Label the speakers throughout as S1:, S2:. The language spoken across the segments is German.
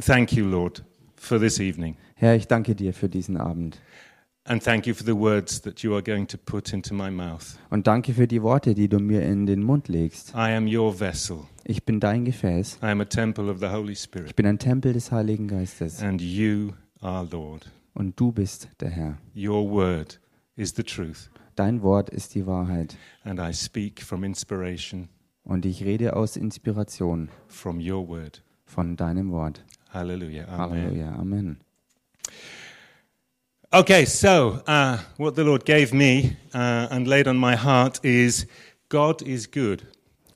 S1: Thank you, Lord, for this evening.
S2: Herr, ich danke dir für diesen Abend
S1: And thank you for the words that you are going to put into my mouth.
S2: und danke für die Worte, die du mir in den Mund legst.
S1: I am your vessel.
S2: Ich bin dein Gefäß,
S1: I am a temple of the Holy
S2: ich
S1: Spirit.
S2: bin ein Tempel des Heiligen Geistes
S1: And you are Lord.
S2: und du bist der Herr.
S1: Your word is the truth.
S2: Dein Wort ist die Wahrheit
S1: And I speak from inspiration
S2: und ich rede aus Inspiration
S1: from your word.
S2: von deinem Wort.
S1: Hallelujah. Amen.
S2: Halleluja, Amen.
S1: Okay, so uh, what the Lord gave me uh, and laid on my heart is God is good.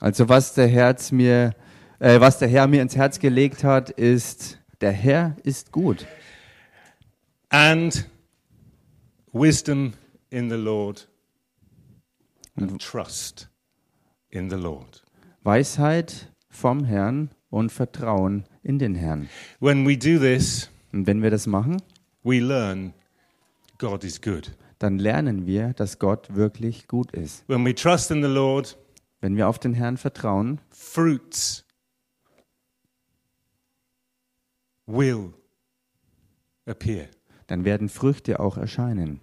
S2: Also was der Herz mir, äh, was der Herr mir ins Herz gelegt hat, ist, der Herr ist gut
S1: and wisdom in the Lord and trust in the Lord.
S2: Weisheit vom Herrn und Vertrauen in den Herrn.
S1: When we do this,
S2: Und wenn wir das machen,
S1: we learn God is good.
S2: dann lernen wir, dass Gott wirklich gut ist.
S1: When we trust in the Lord,
S2: Wenn wir auf den Herrn vertrauen,
S1: fruits will appear.
S2: dann werden Früchte auch erscheinen.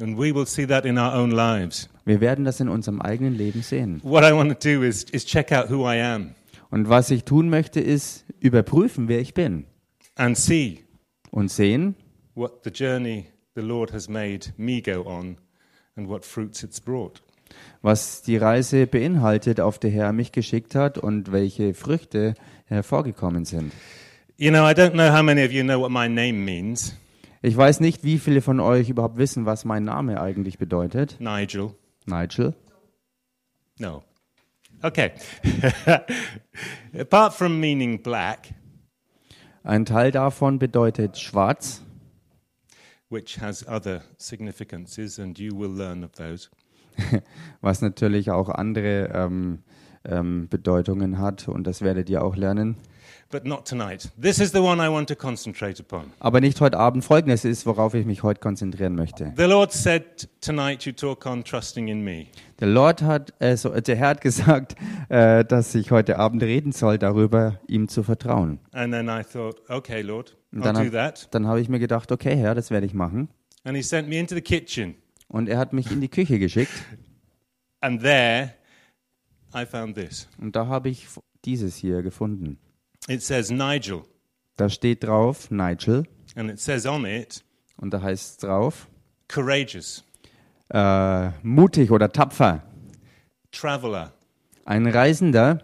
S1: And we will see that in our own lives.
S2: Wir werden das in unserem eigenen Leben sehen.
S1: What I want to do is, is check out who I am
S2: Und was ich tun möchte, ist überprüfen, wer ich bin
S1: and see
S2: und sehen,
S1: what the journey the Lord has made me go on and what fruits it's brought.
S2: was die Reise beinhaltet, auf der Herr mich geschickt hat und welche Früchte hervorgekommen sind.
S1: You know, I don't know how many of you know what my name means,
S2: Ich weiß nicht, wie viele von euch überhaupt wissen, was mein Name eigentlich bedeutet.
S1: Nigel.
S2: Nigel.
S1: No. Okay. Apart from meaning black,
S2: Ein Teil davon bedeutet schwarz.
S1: which has other significances, and you will learn of those.
S2: was natürlich auch andere ähm, ähm, Bedeutungen hat und das werdet ihr auch lernen.
S1: But not tonight. This is the one I want to concentrate upon.
S2: Aber nicht heute Abend. Folgendes ist, worauf ich mich heute konzentrieren möchte.
S1: The Lord said, Tonight you talk on trusting in me.
S2: Der Lord hat, äh, so, der Herr hat gesagt, äh, dass ich heute Abend reden soll darüber, ihm zu vertrauen.
S1: And then I thought, Okay, Lord, I'll
S2: Dann
S1: do
S2: hab-
S1: that.
S2: dann habe ich mir gedacht, okay, Herr, das werde ich machen.
S1: And He sent me into the kitchen.
S2: Und er hat mich in die Küche geschickt
S1: And there I found this.
S2: und da habe ich f- dieses hier gefunden.
S1: It says Nigel,
S2: Da steht drauf Nigel
S1: and it says on it,
S2: und da heißt es drauf
S1: courageous,
S2: äh, mutig oder tapfer.
S1: traveler.
S2: Ein Reisender,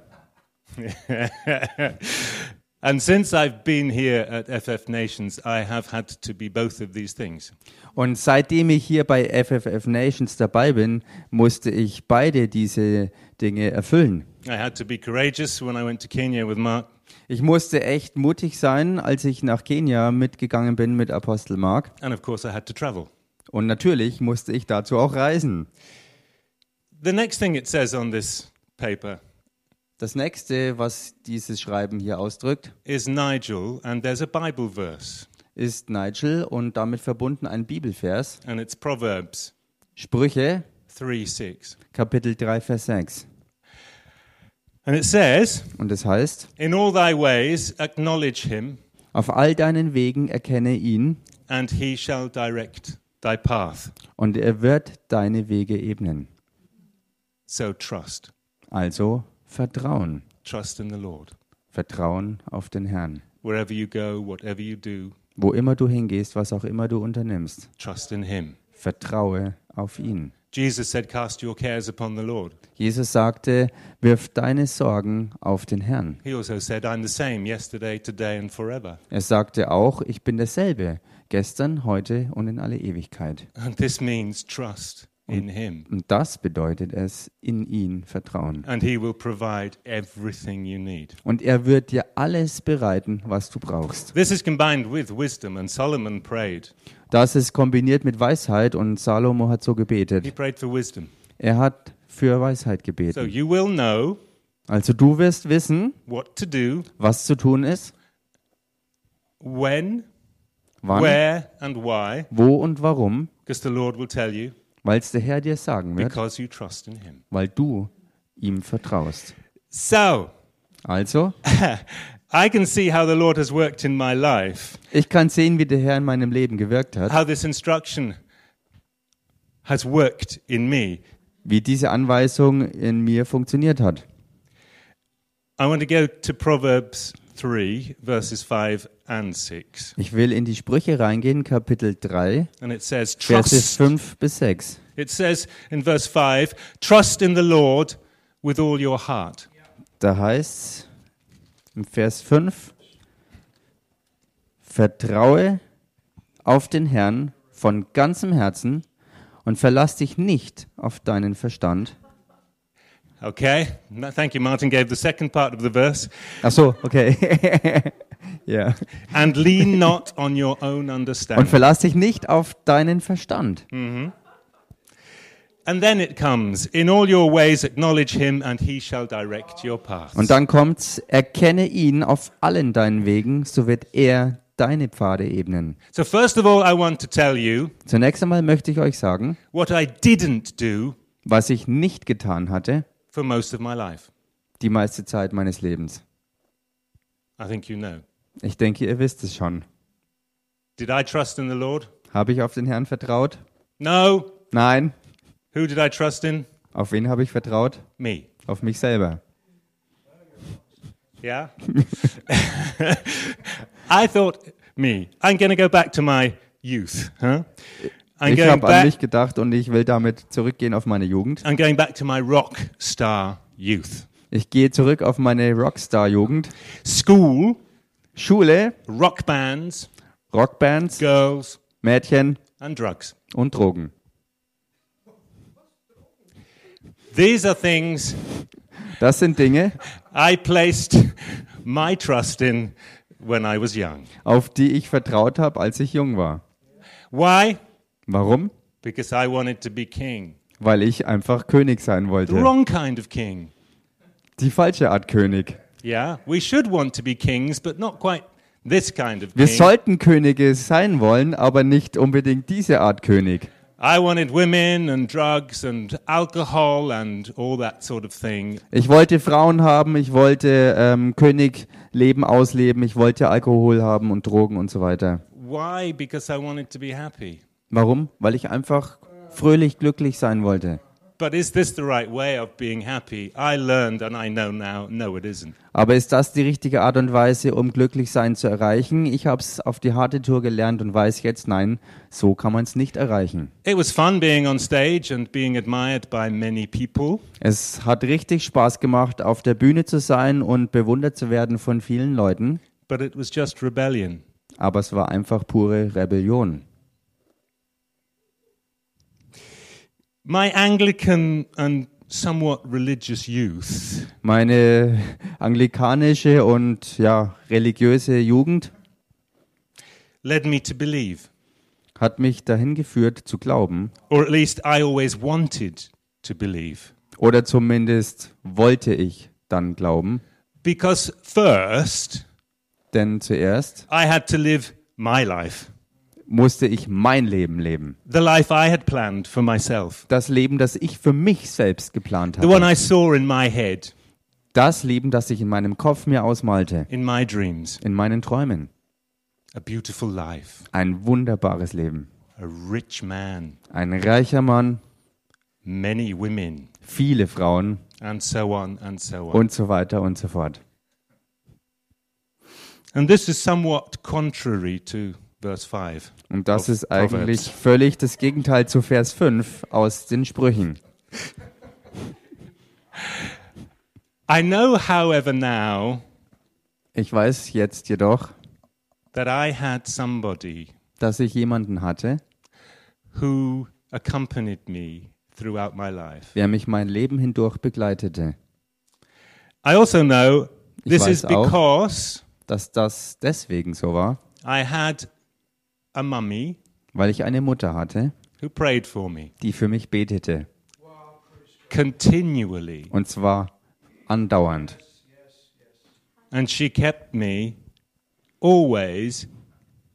S1: And since I've been here at FF Nations, I have had to be both of these things.
S2: Und seitdem ich hier bei FFF Nations dabei bin, musste ich beide diese Dinge erfüllen.
S1: I had to be courageous when I went to Kenya with Mark,
S2: Ich musste echt mutig sein, als ich nach Kenia mitgegangen bin mit Apostel Mark.
S1: and of course, I had to travel.
S2: Und natürlich musste ich dazu auch reisen.
S1: The next thing it says on this paper
S2: Das nächste, was dieses Schreiben hier ausdrückt,
S1: is Nigel, and there's a Bible verse,
S2: ist Nigel und damit verbunden ein Bibelvers.
S1: and it's Proverbs
S2: Sprüche,
S1: 3 6.
S2: Kapitel 3, Vers 6.
S1: And it says,
S2: Und es heißt,
S1: In all thy ways acknowledge him,
S2: auf all deinen Wegen erkenne ihn
S1: and he shall direct thy path.
S2: und er wird deine Wege ebnen.
S1: So trust.
S2: Also Vertrauen.
S1: Trust in the Lord.
S2: Vertrauen auf den Herrn.
S1: Wherever you go, whatever you do,
S2: Wo immer du hingehst, was auch immer du unternimmst,
S1: trust in him.
S2: vertraue auf ihn.
S1: Jesus said, Cast your cares upon the Lord.
S2: Jesus sagte, wirf deine Sorgen auf den Herrn.
S1: He also said, I'm the same yesterday, today, and forever.
S2: Er sagte auch, ich bin derselbe, gestern, heute und in alle Ewigkeit.
S1: And this means trust in him.
S2: Und das bedeutet es, in ihn vertrauen.
S1: And he will provide everything you need.
S2: Und er wird dir alles bereiten, was du brauchst.
S1: This is combined with wisdom, and Solomon prayed.
S2: Das ist kombiniert mit Weisheit und Salomo hat so
S1: He
S2: gebetet.
S1: prayed for wisdom.
S2: Er hat für Weisheit
S1: So
S2: gebetet.
S1: you will know
S2: Also du wirst wissen,
S1: what to do,
S2: was zu tun ist,
S1: when,
S2: wann,
S1: where, and why,
S2: wo und warum,
S1: because the Lord will tell you,
S2: weil es der Herr dir sagen wird,
S1: because you trust in him.
S2: weil du ihm vertraust.
S1: So,
S2: Also,
S1: I can see how the Lord has worked in my life,
S2: Ich kann sehen, wie der Herr in meinem Leben gewirkt hat,
S1: how this instruction has worked in me.
S2: wie diese Anweisung in mir funktioniert hat.
S1: I want to go to Proverbs 3, verses 5 and 6.
S2: Ich will in die Sprüche reingehen, Kapitel 3,
S1: And it says,
S2: Verse
S1: Trust.
S2: 5 bis 6.
S1: It says in verse 5, Trust in the Lord with all your heart.
S2: Da heißt im Vers 5, Vertraue auf den Herrn von ganzem Herzen und verlass dich nicht auf deinen Verstand.
S1: Okay? No, Thank you. Martin gave the second part of the verse.
S2: Ach so, okay. ja.
S1: And lean not on your own
S2: Und
S1: understanding.
S2: verlass dich nicht auf deinen Verstand.
S1: Hm. And then it comes, In all your ways acknowledge him, and he shall direct your paths.
S2: Und dann kommt's, erkenne ihn auf allen deinen Wegen, so wird er deine Pfade ebnen.
S1: So, first of all, I want to tell you
S2: Zunächst einmal möchte ich euch sagen,
S1: what I didn't do
S2: was ich nicht getan hatte,
S1: for most of my life.
S2: die meiste Zeit meines Lebens.
S1: I think you know.
S2: Ich denke, ihr wisst es schon.
S1: Did I trust in the Lord?
S2: Habe ich auf den Herrn vertraut?
S1: No.
S2: Nein.
S1: Who did I trust in?
S2: Auf wen habe ich vertraut?
S1: Me.
S2: Auf mich selber.
S1: Yeah? I thought, me. I'm going to go back to my youth. Huh? I'm,
S2: Ich
S1: going
S2: habe an
S1: back,
S2: mich gedacht und ich will damit zurückgehen auf meine Jugend.
S1: I'm going back to my rock star youth.
S2: Ich gehe zurück auf meine Rockstar-Jugend.
S1: School,
S2: Schule,
S1: rock bands,
S2: Rockbands,
S1: girls,
S2: Mädchen
S1: and drugs.
S2: und Drogen.
S1: These are things
S2: Das sind Dinge,
S1: I placed my trust in when I was young.
S2: auf die ich vertraut habe, als ich jung war.
S1: Why?
S2: Warum?
S1: Because I wanted to be king.
S2: Weil ich einfach König sein
S1: The
S2: wollte.
S1: wrong kind of king.
S2: Die falsche Art König.
S1: Yeah, we should want to be kings, but not quite this kind of
S2: Wir
S1: king.
S2: sollten Könige sein wollen, aber nicht unbedingt diese Art König.
S1: I wanted women and drugs and alcohol and all that sort of thing.
S2: Ich wollte Frauen haben, ich wollte ähm, König leben, ausleben, ich wollte Alkohol haben und Drogen und so weiter.
S1: Why? Because I wanted to be happy.
S2: Warum? Weil ich einfach fröhlich, glücklich sein wollte.
S1: But is this the right way of being happy? I learned and I know now, no, it isn't.
S2: Aber ist das die richtige Art und Weise, um glücklich sein zu erreichen? Ich habe es auf die harte Tour gelernt und weiß jetzt, nein, so kann man es nicht erreichen.
S1: It was fun being on stage and being admired by many people,
S2: Es hat richtig Spaß gemacht, auf der Bühne zu sein und bewundert zu werden von vielen Leuten,
S1: but it was just rebellion.
S2: aber es war einfach pure Rebellion.
S1: My Anglican and somewhat religious youth
S2: Meine anglikanische und ja, religiöse Jugend
S1: led me to believe,
S2: hat mich dahin geführt zu glauben
S1: or at least I always wanted to believe.
S2: oder zumindest wollte ich dann glauben,
S1: Because first,
S2: denn zuerst
S1: I had to live my life,
S2: musste ich mein Leben leben.
S1: the life I had planned for myself,
S2: Das Leben, das ich für mich selbst geplant
S1: the one
S2: hatte.
S1: I saw in my head,
S2: Das Leben, das ich in meinem Kopf mir ausmalte,
S1: in my dreams.
S2: in meinen Träumen.
S1: A beautiful life,
S2: Ein wunderbares Leben.
S1: a rich man,
S2: Ein reicher Mann,
S1: many women,
S2: viele Frauen
S1: and so on and so on.
S2: und so weiter und so fort.
S1: and this is somewhat contrary to verse 5.
S2: Und das
S1: of
S2: ist eigentlich
S1: Proverbs.
S2: völlig das Gegenteil zu Vers 5 aus den Sprüchen.
S1: I know, however, now
S2: Ich weiß jetzt jedoch,
S1: that I had somebody
S2: dass ich jemanden hatte,
S1: who accompanied me throughout my life.
S2: der mich mein Leben hindurch begleitete.
S1: I also know this
S2: weiß
S1: is
S2: auch.
S1: because
S2: Dass das deswegen so war,
S1: I had a mummy
S2: weil ich eine Mutter hatte,
S1: who prayed for me.
S2: die für mich betete.
S1: continually.
S2: Und zwar andauernd.
S1: And she kept me always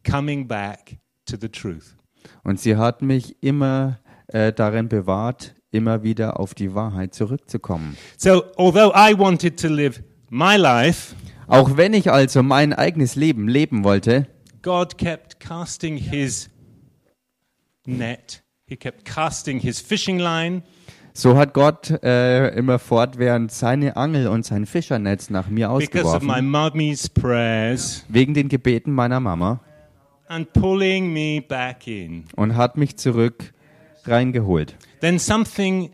S1: coming back to the truth.
S2: Und sie hat mich immer äh, darin bewahrt, immer wieder auf die Wahrheit zurückzukommen.
S1: So, although I wanted to live my life,
S2: Auch wenn ich also mein eigenes Leben leben wollte,
S1: God kept casting his net. He kept casting his fishing line.
S2: so hat Gott äh, immer fortwährend seine Angel und sein Fischernetz nach mir
S1: because of my
S2: ausgeworfen,
S1: mummy's prayers
S2: wegen den Gebeten meiner Mama,
S1: and pulling me back in.
S2: und hat mich zurück reingeholt.
S1: Then something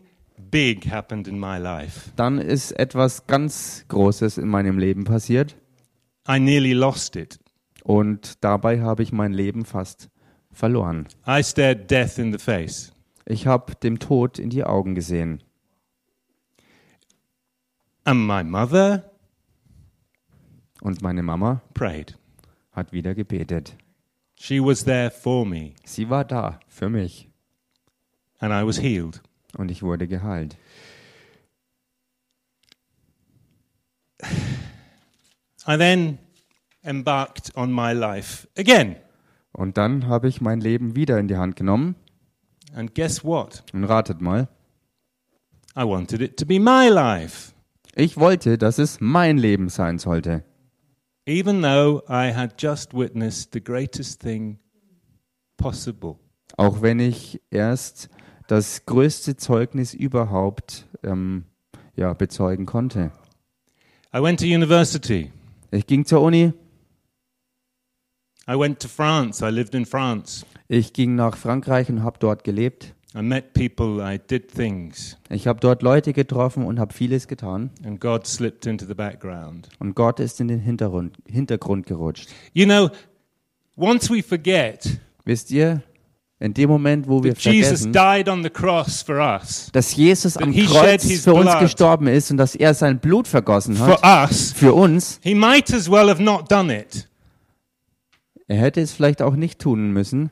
S1: big happened in my life.
S2: Dann ist etwas ganz Großes in meinem Leben passiert
S1: I nearly lost it.
S2: und dabei habe ich mein Leben fast verloren.
S1: I stared death in the face.
S2: Ich habe dem Tod in die Augen gesehen.
S1: And my mother
S2: Und meine Mama
S1: prayed.
S2: hat wieder gebetet.
S1: She was there for me,
S2: Sie war da für mich
S1: and I was healed.
S2: und ich wurde geheilt.
S1: I then embarked on my life again.
S2: Und dann habe ich mein Leben wieder in die Hand genommen
S1: And guess what?
S2: und ratet mal,
S1: I wanted it to be my life,
S2: ich wollte, dass es mein Leben sein sollte,
S1: even though I had just witnessed the greatest thing possible.
S2: auch wenn ich erst das größte Zeugnis überhaupt ähm, ja, bezeugen konnte.
S1: I went to university.
S2: Ich ging zur Uni,
S1: I went to France. I lived in France.
S2: ich ging nach Frankreich und habe dort gelebt.
S1: I met people. I did things.
S2: Ich habe dort Leute getroffen und habe vieles getan.
S1: And God slipped into the background.
S2: Und Gott ist in den Hintergrund, Hintergrund gerutscht.
S1: You know, once we forget
S2: Wisst ihr, in dem Moment, wo wir
S1: that Jesus
S2: vergessen,
S1: died on the cross for us,
S2: dass Jesus am
S1: That he shed
S2: Kreuz
S1: his
S2: für uns
S1: blood.
S2: gestorben ist und dass er sein Blut vergossen
S1: for
S2: hat
S1: us,
S2: für uns,
S1: he might as well have not done it.
S2: er hätte es vielleicht auch nicht tun müssen.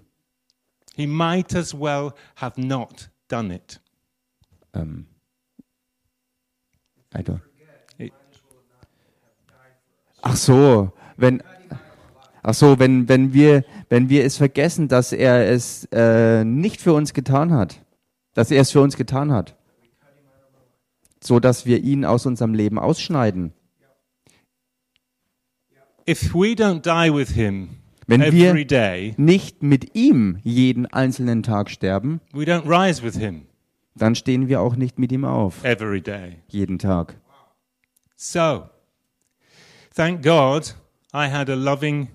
S1: He might as well have not done it.
S2: Ähm, I don't- ach so, wenn ach so, wenn wenn wir wenn wir es vergessen, dass er es äh, nicht für uns getan hat, dass er es für uns getan hat, so dass wir ihn aus unserem Leben ausschneiden.
S1: If we don't die with him
S2: Wenn
S1: every
S2: wir
S1: day,
S2: nicht mit ihm jeden einzelnen Tag sterben,
S1: we don't rise with him
S2: dann stehen wir auch nicht mit ihm auf
S1: every day.
S2: jeden Tag.
S1: So, thank God I had a loving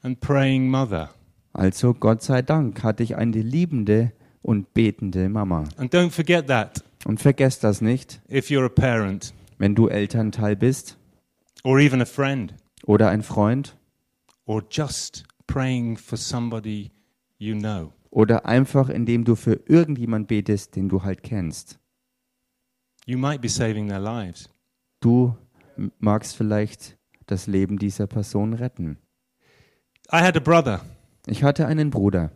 S1: and praying mother.
S2: Also Gott sei Dank hatte ich eine liebende und betende Mama.
S1: And don't forget that
S2: Und vergesst das nicht,
S1: if you're a parent
S2: wenn du Elternteil bist
S1: or even a friend
S2: oder ein Freund
S1: or just praying for somebody you know.
S2: oder einfach indem du für irgendjemand betest, den du halt kennst.
S1: You might be saving their lives.
S2: Du m- magst vielleicht das Leben dieser Person retten.
S1: I had a brother.
S2: Ich hatte einen Bruder.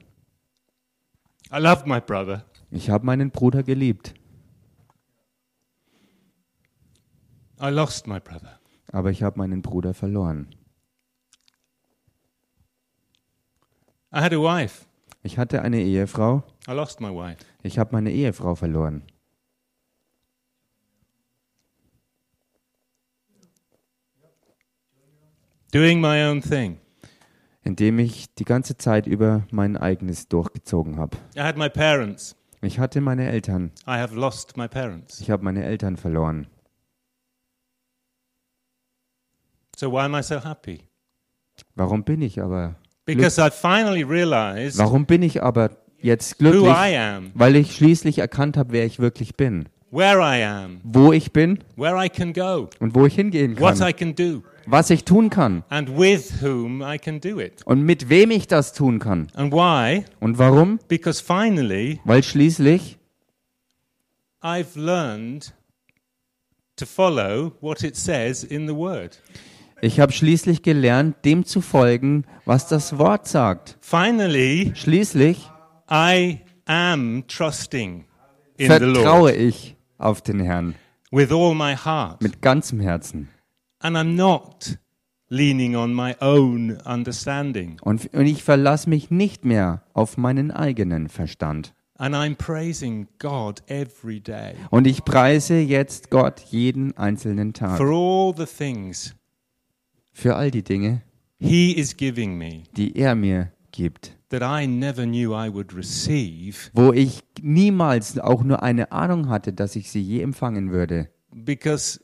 S1: I loved my brother.
S2: Ich habe meinen Bruder geliebt,
S1: I lost my brother.
S2: aber ich habe meinen Bruder verloren.
S1: I had a wife.
S2: Ich hatte eine Ehefrau,
S1: I lost my wife.
S2: ich habe meine Ehefrau verloren.
S1: Doing my own thing.
S2: indem ich die ganze Zeit über mein eigenes durchgezogen habe.
S1: I had my parents.
S2: Ich hatte meine Eltern.
S1: I have lost my parents.
S2: Ich habe meine Eltern verloren.
S1: So why am I so happy?
S2: Warum bin ich aber?
S1: Because I finally realized
S2: Warum bin ich aber jetzt
S1: who I
S2: glücklich?
S1: am,
S2: Weil ich schließlich erkannt habe, wer ich wirklich bin,
S1: where I am,
S2: wo ich bin
S1: where I can go,
S2: und wo ich hingehen
S1: what
S2: kann,
S1: I can do,
S2: was ich tun kann
S1: and with whom I can do it.
S2: und mit wem ich das tun kann.
S1: And why?
S2: Und warum?
S1: Because finally
S2: Weil schließlich
S1: I've learned to follow what it says in the Word.
S2: ich habe schließlich gelernt, dem zu folgen, was das Wort sagt.
S1: Finally,
S2: Schließlich
S1: I am trusting in the
S2: vertraue
S1: Lord
S2: ich auf den Herrn
S1: with all my heart.
S2: mit ganzem Herzen.
S1: And I'm not leaning on my own understanding.
S2: Und, und ich verlasse mich nicht mehr auf meinen eigenen Verstand.
S1: And I'm praising God every day
S2: Und ich preise jetzt Gott jeden einzelnen Tag
S1: for all the things
S2: für all die Dinge,
S1: He is giving me
S2: die er mir gibt,
S1: that I never knew I would receive
S2: wo ich niemals auch nur eine Ahnung hatte, dass ich sie je empfangen würde,
S1: because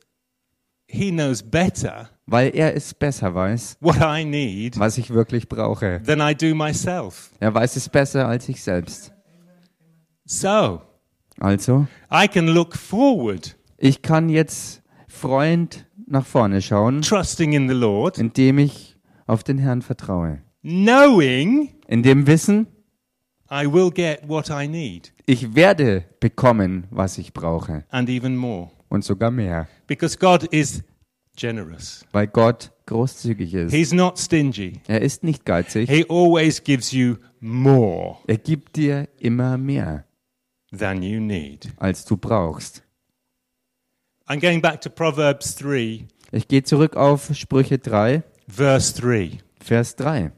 S1: He knows better
S2: weil er es besser weiß,
S1: what I need
S2: was ich wirklich brauche.
S1: than I do myself.
S2: Er weiß es besser als ich selbst.
S1: So
S2: Also,
S1: I can look forward,
S2: ich kann jetzt freuend nach vorne schauen,
S1: trusting in the Lord,
S2: indem ich auf den Herrn vertraue.
S1: knowing
S2: In dem Wissen,
S1: I will get what I need
S2: ich werde bekommen, was ich brauche
S1: and even more.
S2: und sogar mehr,
S1: Because God is generous,
S2: weil Gott großzügig ist.
S1: He's not stingy,
S2: Er ist nicht geizig.
S1: He always gives you more
S2: Er gibt dir immer mehr,
S1: than you need.
S2: als du brauchst.
S1: I'm going back to Proverbs 3,
S2: Ich gehe zurück auf Sprüche 3,
S1: verse 3.
S2: Vers 3.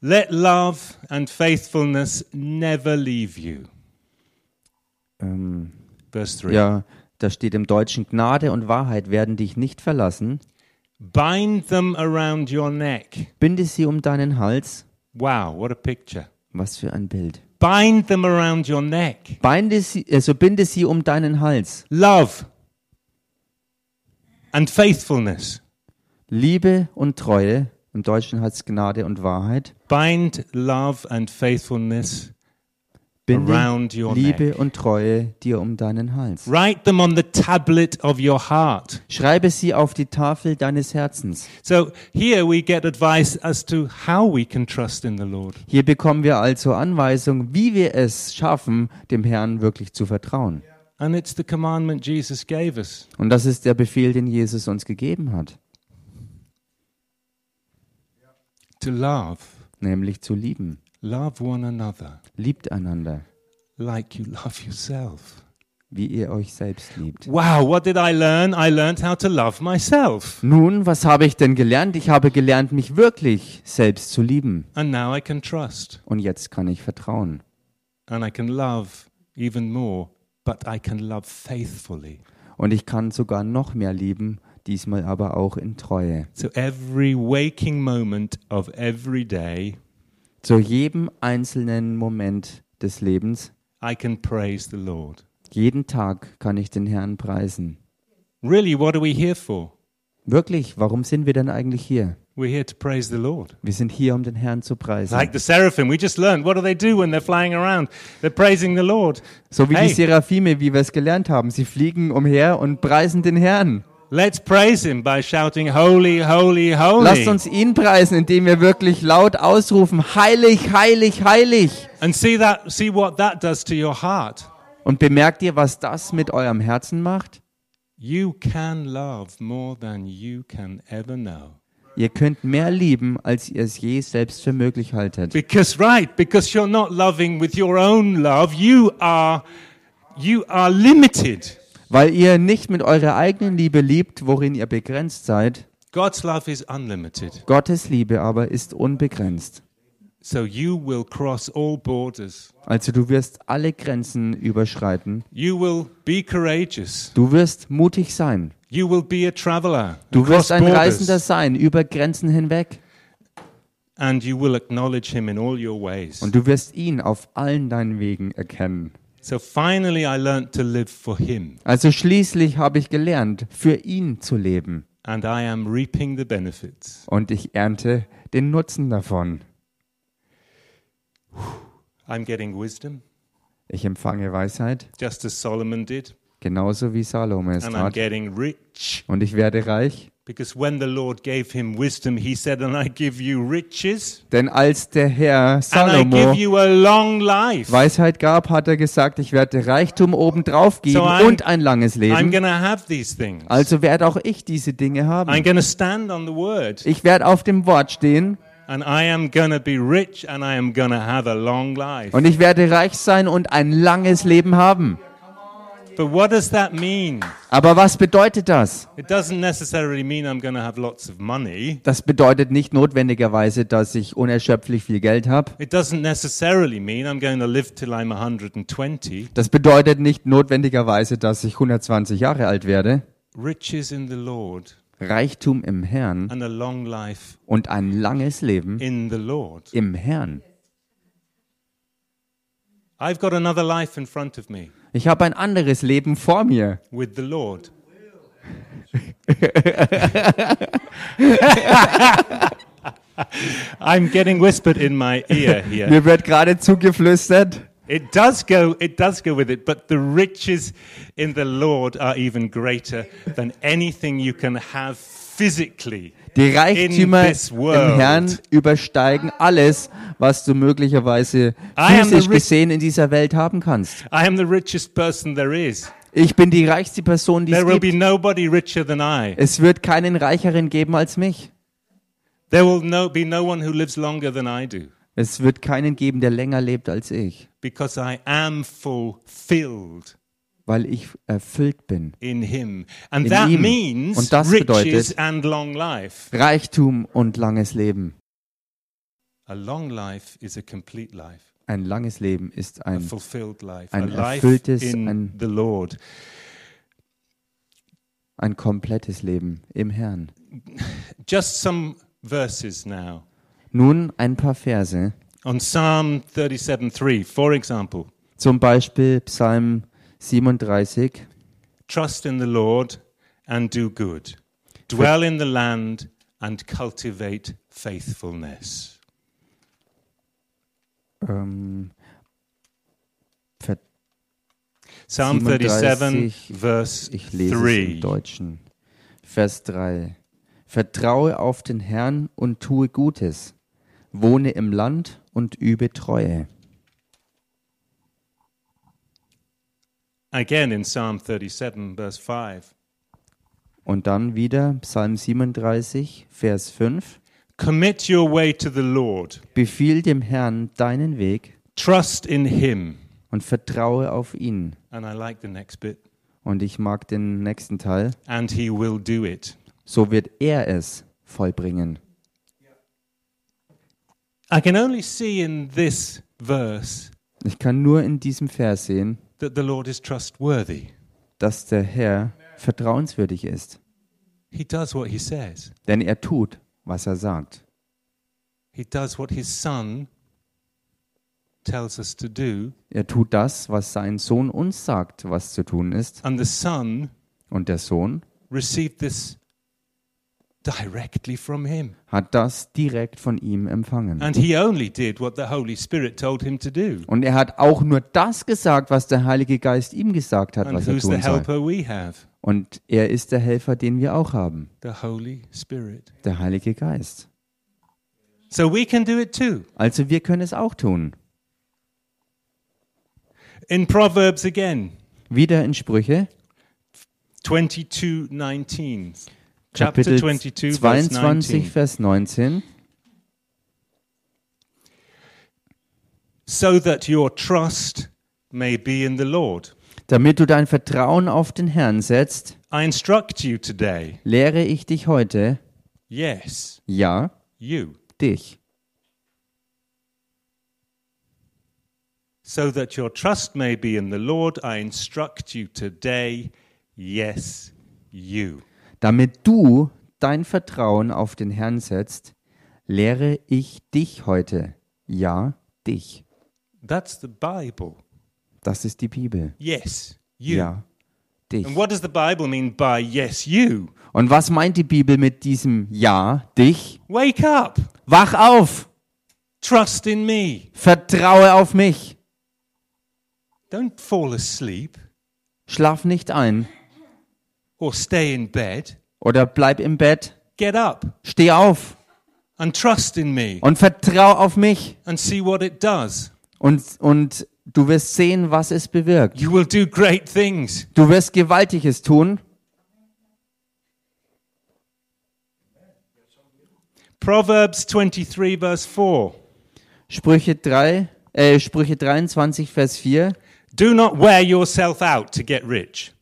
S1: Let love and faithfulness never leave you.
S2: Ähm,
S1: Verse 3.
S2: ja, da steht im Deutschen, Gnade und Wahrheit werden dich nicht verlassen.
S1: Bind them around your neck.
S2: Binde sie um deinen Hals.
S1: Wow, what a picture.
S2: Was für ein Bild.
S1: Bind them around your neck.
S2: Binde sie, also binde sie um deinen Hals.
S1: Love and faithfulness.
S2: Liebe und Treue, im Deutschen heißt es Gnade und Wahrheit,
S1: Bind love and faithfulness.
S2: binde
S1: Around your
S2: Liebe
S1: neck.
S2: und Treue dir um deinen Hals.
S1: Write them on the tablet of your heart.
S2: Schreibe sie auf die Tafel deines Herzens.
S1: So here we get advice as to how we can trust in the Lord.
S2: Hier bekommen wir also Anweisungen, wie wir es schaffen, dem Herrn wirklich zu vertrauen.
S1: And it's the commandment Jesus gave us.
S2: Und das ist der Befehl, den Jesus uns gegeben hat,
S1: to love,
S2: nämlich zu lieben.
S1: love one another
S2: Liebt einander,
S1: like you love yourself.
S2: wie ihr euch selbst liebt.
S1: Wow, what did I learn? I learned how to love myself.
S2: Nun, was habe ich denn gelernt? Ich habe gelernt, mich wirklich selbst zu lieben.
S1: And now I can trust
S2: Und jetzt kann ich vertrauen.
S1: and I can love even more, but I can love faithfully.
S2: Und ich kann sogar noch mehr lieben, diesmal aber auch in Treue.
S1: So every waking moment of every day,
S2: Zu jedem einzelnen Moment des Lebens,
S1: I can praise the Lord.
S2: jeden Tag kann ich den Herrn preisen.
S1: Really, what are we here for?
S2: Wirklich, warum sind wir denn eigentlich hier?
S1: We're here to praise the Lord.
S2: Wir sind hier, um den Herrn zu preisen.
S1: Like the seraphim, we just learned what do they do when they're flying around? They're praising the Lord.
S2: So wie
S1: Hey.
S2: die Seraphime, wie wir es gelernt haben. Sie fliegen umher und preisen den Herrn.
S1: Let's praise him by shouting, Holy, holy, holy.
S2: Lasst uns ihn preisen, indem wir wirklich laut ausrufen, heilig, heilig, heilig.
S1: And see that see what that does to your heart.
S2: Und bemerkt ihr, was das mit eurem Herzen macht?
S1: You can love more than you can ever know.
S2: Ihr könnt mehr lieben, als ihr es je selbst für möglich haltet.
S1: Because right, because you're not loving with your own love, you are you are limited.
S2: Weil ihr nicht mit eurer eigenen Liebe liebt, worin ihr begrenzt seid.
S1: God's love is unlimited.
S2: Gottes Liebe aber ist unbegrenzt.
S1: So you will cross all borders.
S2: Also du wirst alle Grenzen überschreiten.
S1: You will be courageous.
S2: Du wirst mutig sein.
S1: You will be a traveler.
S2: Du
S1: across
S2: wirst ein
S1: borders.
S2: Reisender sein, über Grenzen hinweg.
S1: and you will acknowledge him in all your ways.
S2: Und du wirst ihn auf allen deinen Wegen erkennen.
S1: So finally I learnt to live for him
S2: Also schließlich habe ich gelernt, für ihn zu leben.
S1: and I am reaping the benefits.
S2: Und ich ernte den Nutzen davon.
S1: I'm getting wisdom,
S2: Ich empfange Weisheit,
S1: just as Solomon did,
S2: genauso wie Salome es
S1: and I'm
S2: tat.
S1: getting rich.
S2: Und ich werde reich.
S1: Because when the Lord gave him wisdom, he said, And I give you riches,
S2: Denn als der Herr
S1: and I give
S2: Salomo
S1: you a long life.
S2: Weisheit gab, hat er gesagt, ich werde dir Reichtum obendrauf geben
S1: So I'm-
S2: und ein langes
S1: I'm
S2: Leben.
S1: going to have these things.
S2: Also werde auch ich diese Dinge
S1: I'm
S2: haben.
S1: going to stand on the word,
S2: Ich werde auf dem Wort stehen
S1: and I am going to be rich, and I am going to have a long life.
S2: und ich werde reich sein und ein langes Leben haben.
S1: But what does that mean?
S2: Aber was bedeutet das?
S1: It doesn't necessarily mean I'm going to have lots of money.
S2: Das bedeutet nicht notwendigerweise, dass ich unerschöpflich viel Geld habe.
S1: It doesn't necessarily mean I'm going to live till I'm 120.
S2: Das bedeutet nicht notwendigerweise, dass ich 120 Jahre alt werde.
S1: Riches in the Lord
S2: Reichtum im Herrn
S1: and a long life
S2: und ein langes Leben
S1: in the Lord.
S2: im Herrn.
S1: I've got another life in front of me
S2: Ich habe ein anderes Leben vor mir.
S1: with the Lord. I'm getting whispered in my ear here.
S2: Mir wird gerade zugeflüstert.
S1: It does go it does go with it, but the riches in the Lord are even greater than anything you can have physically.
S2: Die Reichtümer
S1: In this world.
S2: im Herrn übersteigen alles, was du möglicherweise
S1: I am the
S2: physisch
S1: rich-
S2: gesehen in dieser Welt haben kannst.
S1: I am the richest person there is.
S2: Ich bin die reichste Person, die
S1: There will
S2: es
S1: be
S2: gibt.
S1: nobody richer than I.
S2: Es wird keinen Reicheren geben als mich.
S1: There will no, be no one who lives longer than I do
S2: Es wird keinen geben, der länger lebt als ich,
S1: because I am fulfilled
S2: weil ich erfüllt bin.
S1: in Him. And
S2: In
S1: that
S2: ihm.
S1: means
S2: Und das bedeutet-
S1: riches and long life.
S2: Reichtum und langes Leben.
S1: A long life is a complete life,
S2: Ein langes Leben ist
S1: a
S2: ein
S1: fulfilled life,
S2: ein
S1: a life
S2: erfülltes,
S1: in
S2: ein-
S1: the Lord.
S2: ein komplettes Leben im Herrn.
S1: Just some verses now.
S2: Nun ein paar Verse,
S1: On Psalm 37:3, for example,
S2: zum Beispiel Psalm 37.
S1: trust in the Lord and do good. Dwell in the land and cultivate faithfulness.
S2: Ähm, ver-
S1: Psalm 37,
S2: 37,
S1: verse
S2: ich lese es im
S1: 3.
S2: Deutschen. Vers 3. Vertraue auf den Herrn und tue Gutes. Wohne im Land und übe Treue.
S1: Again in Psalm 37, verse 5.
S2: Und dann wieder Psalm 37, Vers 5.
S1: Commit your way to the Lord,
S2: Befiehl dem Herrn deinen Weg
S1: trust in Him.
S2: und vertraue auf ihn.
S1: And I like the next bit.
S2: Und ich mag den nächsten Teil.
S1: And He will do it.
S2: So wird er es vollbringen.
S1: I can only see in this verse
S2: Ich kann nur in diesem Vers sehen,
S1: that the Lord is trustworthy.
S2: dass der Herr vertrauenswürdig ist.
S1: He does what He says,
S2: Denn er tut, was er sagt.
S1: He does what His Son tells us to do.
S2: Er tut das, was sein Sohn uns sagt, was zu tun ist.
S1: And the Son
S2: Und der Sohn
S1: received this directly from Him.
S2: hat das direkt von ihm empfangen.
S1: And he only did what the Holy Spirit told him to do.
S2: Und er hat auch nur das gesagt, was der Heilige Geist ihm gesagt hat,
S1: And
S2: was er
S1: who's the
S2: tun soll.
S1: helper we have?
S2: Und er ist der Helfer, den wir auch haben,
S1: The Holy Spirit.
S2: der Heilige Geist.
S1: So we can do it too.
S2: Also wir können es auch tun.
S1: In Proverbs again,
S2: Wieder in Sprüche,
S1: 22 19. Chapter
S2: Kapitel
S1: 22, verse
S2: 22,
S1: 19.
S2: Vers 19.
S1: So that your trust may be in the Lord.
S2: Damit du dein Vertrauen auf den Herrn setzt,
S1: I instruct you today.
S2: lehre ich dich heute,
S1: Yes,
S2: ja,
S1: you.
S2: dich.
S1: So that your trust may be in the Lord, I instruct you today. Yes, you.
S2: Damit du dein Vertrauen auf den Herrn setzt, lehre ich dich heute, ja, dich.
S1: That's the Bible.
S2: Das ist die Bibel.
S1: Yes, you.
S2: Ja, dich.
S1: And what does the Bible mean by yes, you?
S2: Und was meint die Bibel mit diesem Ja, dich?
S1: Wake up.
S2: Wach auf!
S1: Trust in me.
S2: Vertraue auf mich!
S1: Don't fall asleep
S2: Schlaf nicht ein
S1: or stay in bed.
S2: oder bleib im Bett.
S1: Get up
S2: Steh auf
S1: and trust in me
S2: und vertrau auf mich
S1: and see what it does.
S2: und, und du wirst sehen, was es bewirkt.
S1: You will do great things.
S2: Du wirst Gewaltiges tun.
S1: Proverbs 23, verse 4.
S2: Sprüche 3, äh, Sprüche 23, Vers 4.
S1: Do not wear yourself out to get rich.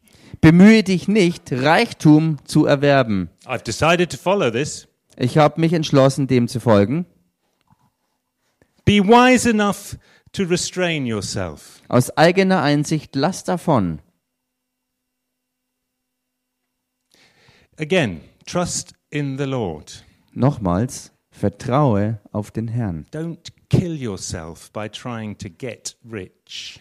S2: Bemühe dich nicht, Reichtum zu erwerben.
S1: I've decided to follow this.
S2: Ich habe mich entschlossen, dem zu folgen.
S1: Be wise enough to restrain yourself.
S2: Aus eigener Einsicht lass davon.
S1: Again, Trust in the Lord.
S2: Nochmals, vertraue auf den Herrn.
S1: Don't kill yourself by trying to get rich.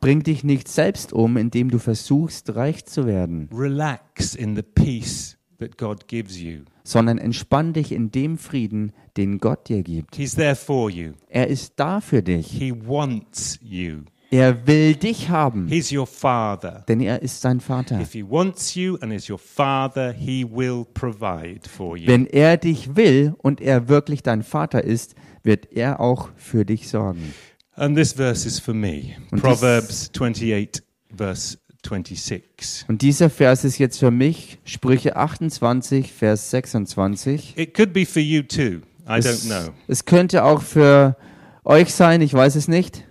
S2: Bring dich nicht selbst um, indem du versuchst, reich zu werden,
S1: Relax in the peace that God gives you.
S2: sondern entspann dich in dem Frieden, den Gott dir gibt.
S1: He's there for you.
S2: Er ist da für dich.
S1: He wants you.
S2: Er will dich haben,
S1: He's your father.
S2: denn er ist sein Vater.
S1: If he wants you and is your father, he will provide for you.
S2: Wenn er dich will und er wirklich dein Vater ist, wird er auch für dich sorgen.
S1: And this verse is for me.
S2: Und
S1: Proverbs 28 verse 26.
S2: Und dieser Vers ist jetzt für mich Sprüche 28, Vers 26.
S1: It could be for you too. I don't
S2: Es,
S1: know.
S2: es könnte auch für euch sein, ich weiß es nicht.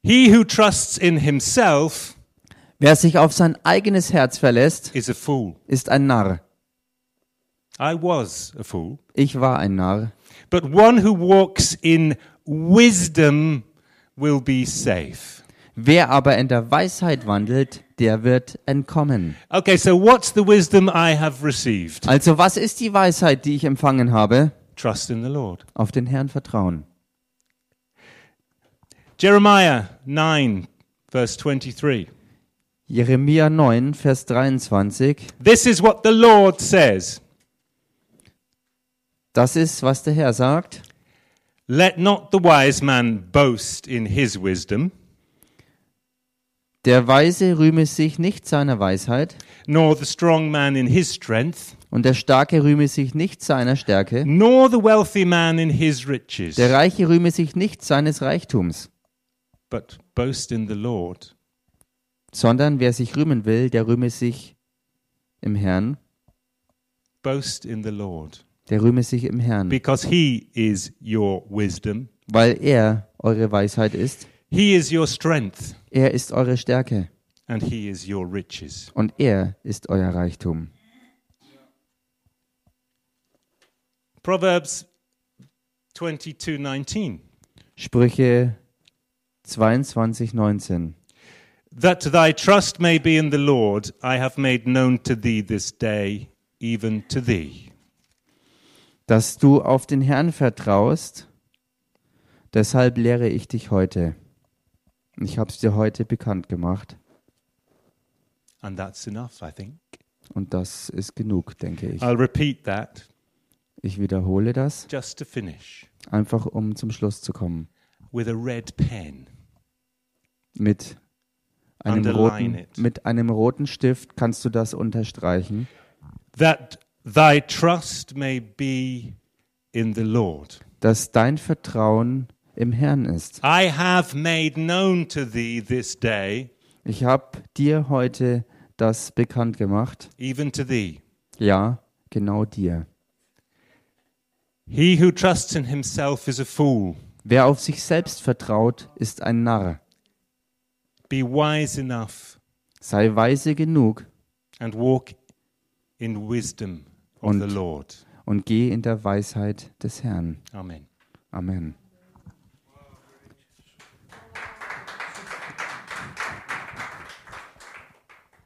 S1: He who trusts in himself
S2: Wer sich auf sein eigenes Herz verlässt,
S1: is a fool.
S2: ist ein Narr.
S1: I was a fool.
S2: Ich war ein Narr.
S1: But one who walks in wisdom will be safe.
S2: Wer aber in der Weisheit wandelt, der wird entkommen.
S1: Okay, so what's the wisdom I have received?
S2: Also was ist die Weisheit, die ich empfangen habe?
S1: Trust in the Lord.
S2: Auf den Herrn vertrauen.
S1: Jeremiah 9, verse 23.
S2: Jeremia 9, Vers 23.
S1: This is what the Lord says
S2: Das ist, was der Herr sagt.
S1: Let not the wise man boast in his wisdom,
S2: Der Weise rühme sich nicht seiner Weisheit
S1: nor the strong man in his strength,
S2: und der Starke rühme sich nicht seiner Stärke.
S1: nor the wealthy man in his riches,
S2: Der Reiche rühme sich nicht seines Reichtums,
S1: but boast in the Lord.
S2: sondern wer sich rühmen will, der rühme sich im Herrn,
S1: Boast in the Lord,
S2: der rühme sich im Herrn,
S1: because he is your wisdom,
S2: weil er eure Weisheit ist,
S1: he is your strength,
S2: er ist eure Stärke
S1: and he is your riches.
S2: und er ist euer Reichtum.
S1: Proverbs 22:19.
S2: Sprüche 22, 19.
S1: That thy trust may be in the Lord, I have made known to thee this day, even to thee.
S2: dass du auf den Herrn vertraust. Deshalb lehre ich dich heute. Ich habe es dir heute bekannt gemacht.
S1: And that's enough, I think.
S2: Und das ist genug, denke ich.
S1: I'll repeat that
S2: Ich wiederhole das,
S1: just to finish
S2: einfach um zum Schluss zu kommen.
S1: with a red pen.
S2: Mit einem,
S1: Underline
S2: roten,
S1: it.
S2: mit einem roten Stift kannst du das unterstreichen,
S1: That thy trust may be in the Lord.
S2: dass dein Vertrauen im Herrn ist.
S1: I have made known to thee this day,
S2: Ich habe dir heute das bekannt gemacht.
S1: even to thee.
S2: Ja, genau dir.
S1: He who trusts in himself is a fool.
S2: Wer auf sich selbst vertraut, ist ein Narr.
S1: Be wise enough
S2: Sei weise genug
S1: and walk in wisdom of
S2: Und-
S1: the Lord.
S2: und geh in der Weisheit des Herrn.
S1: Amen.
S2: Amen.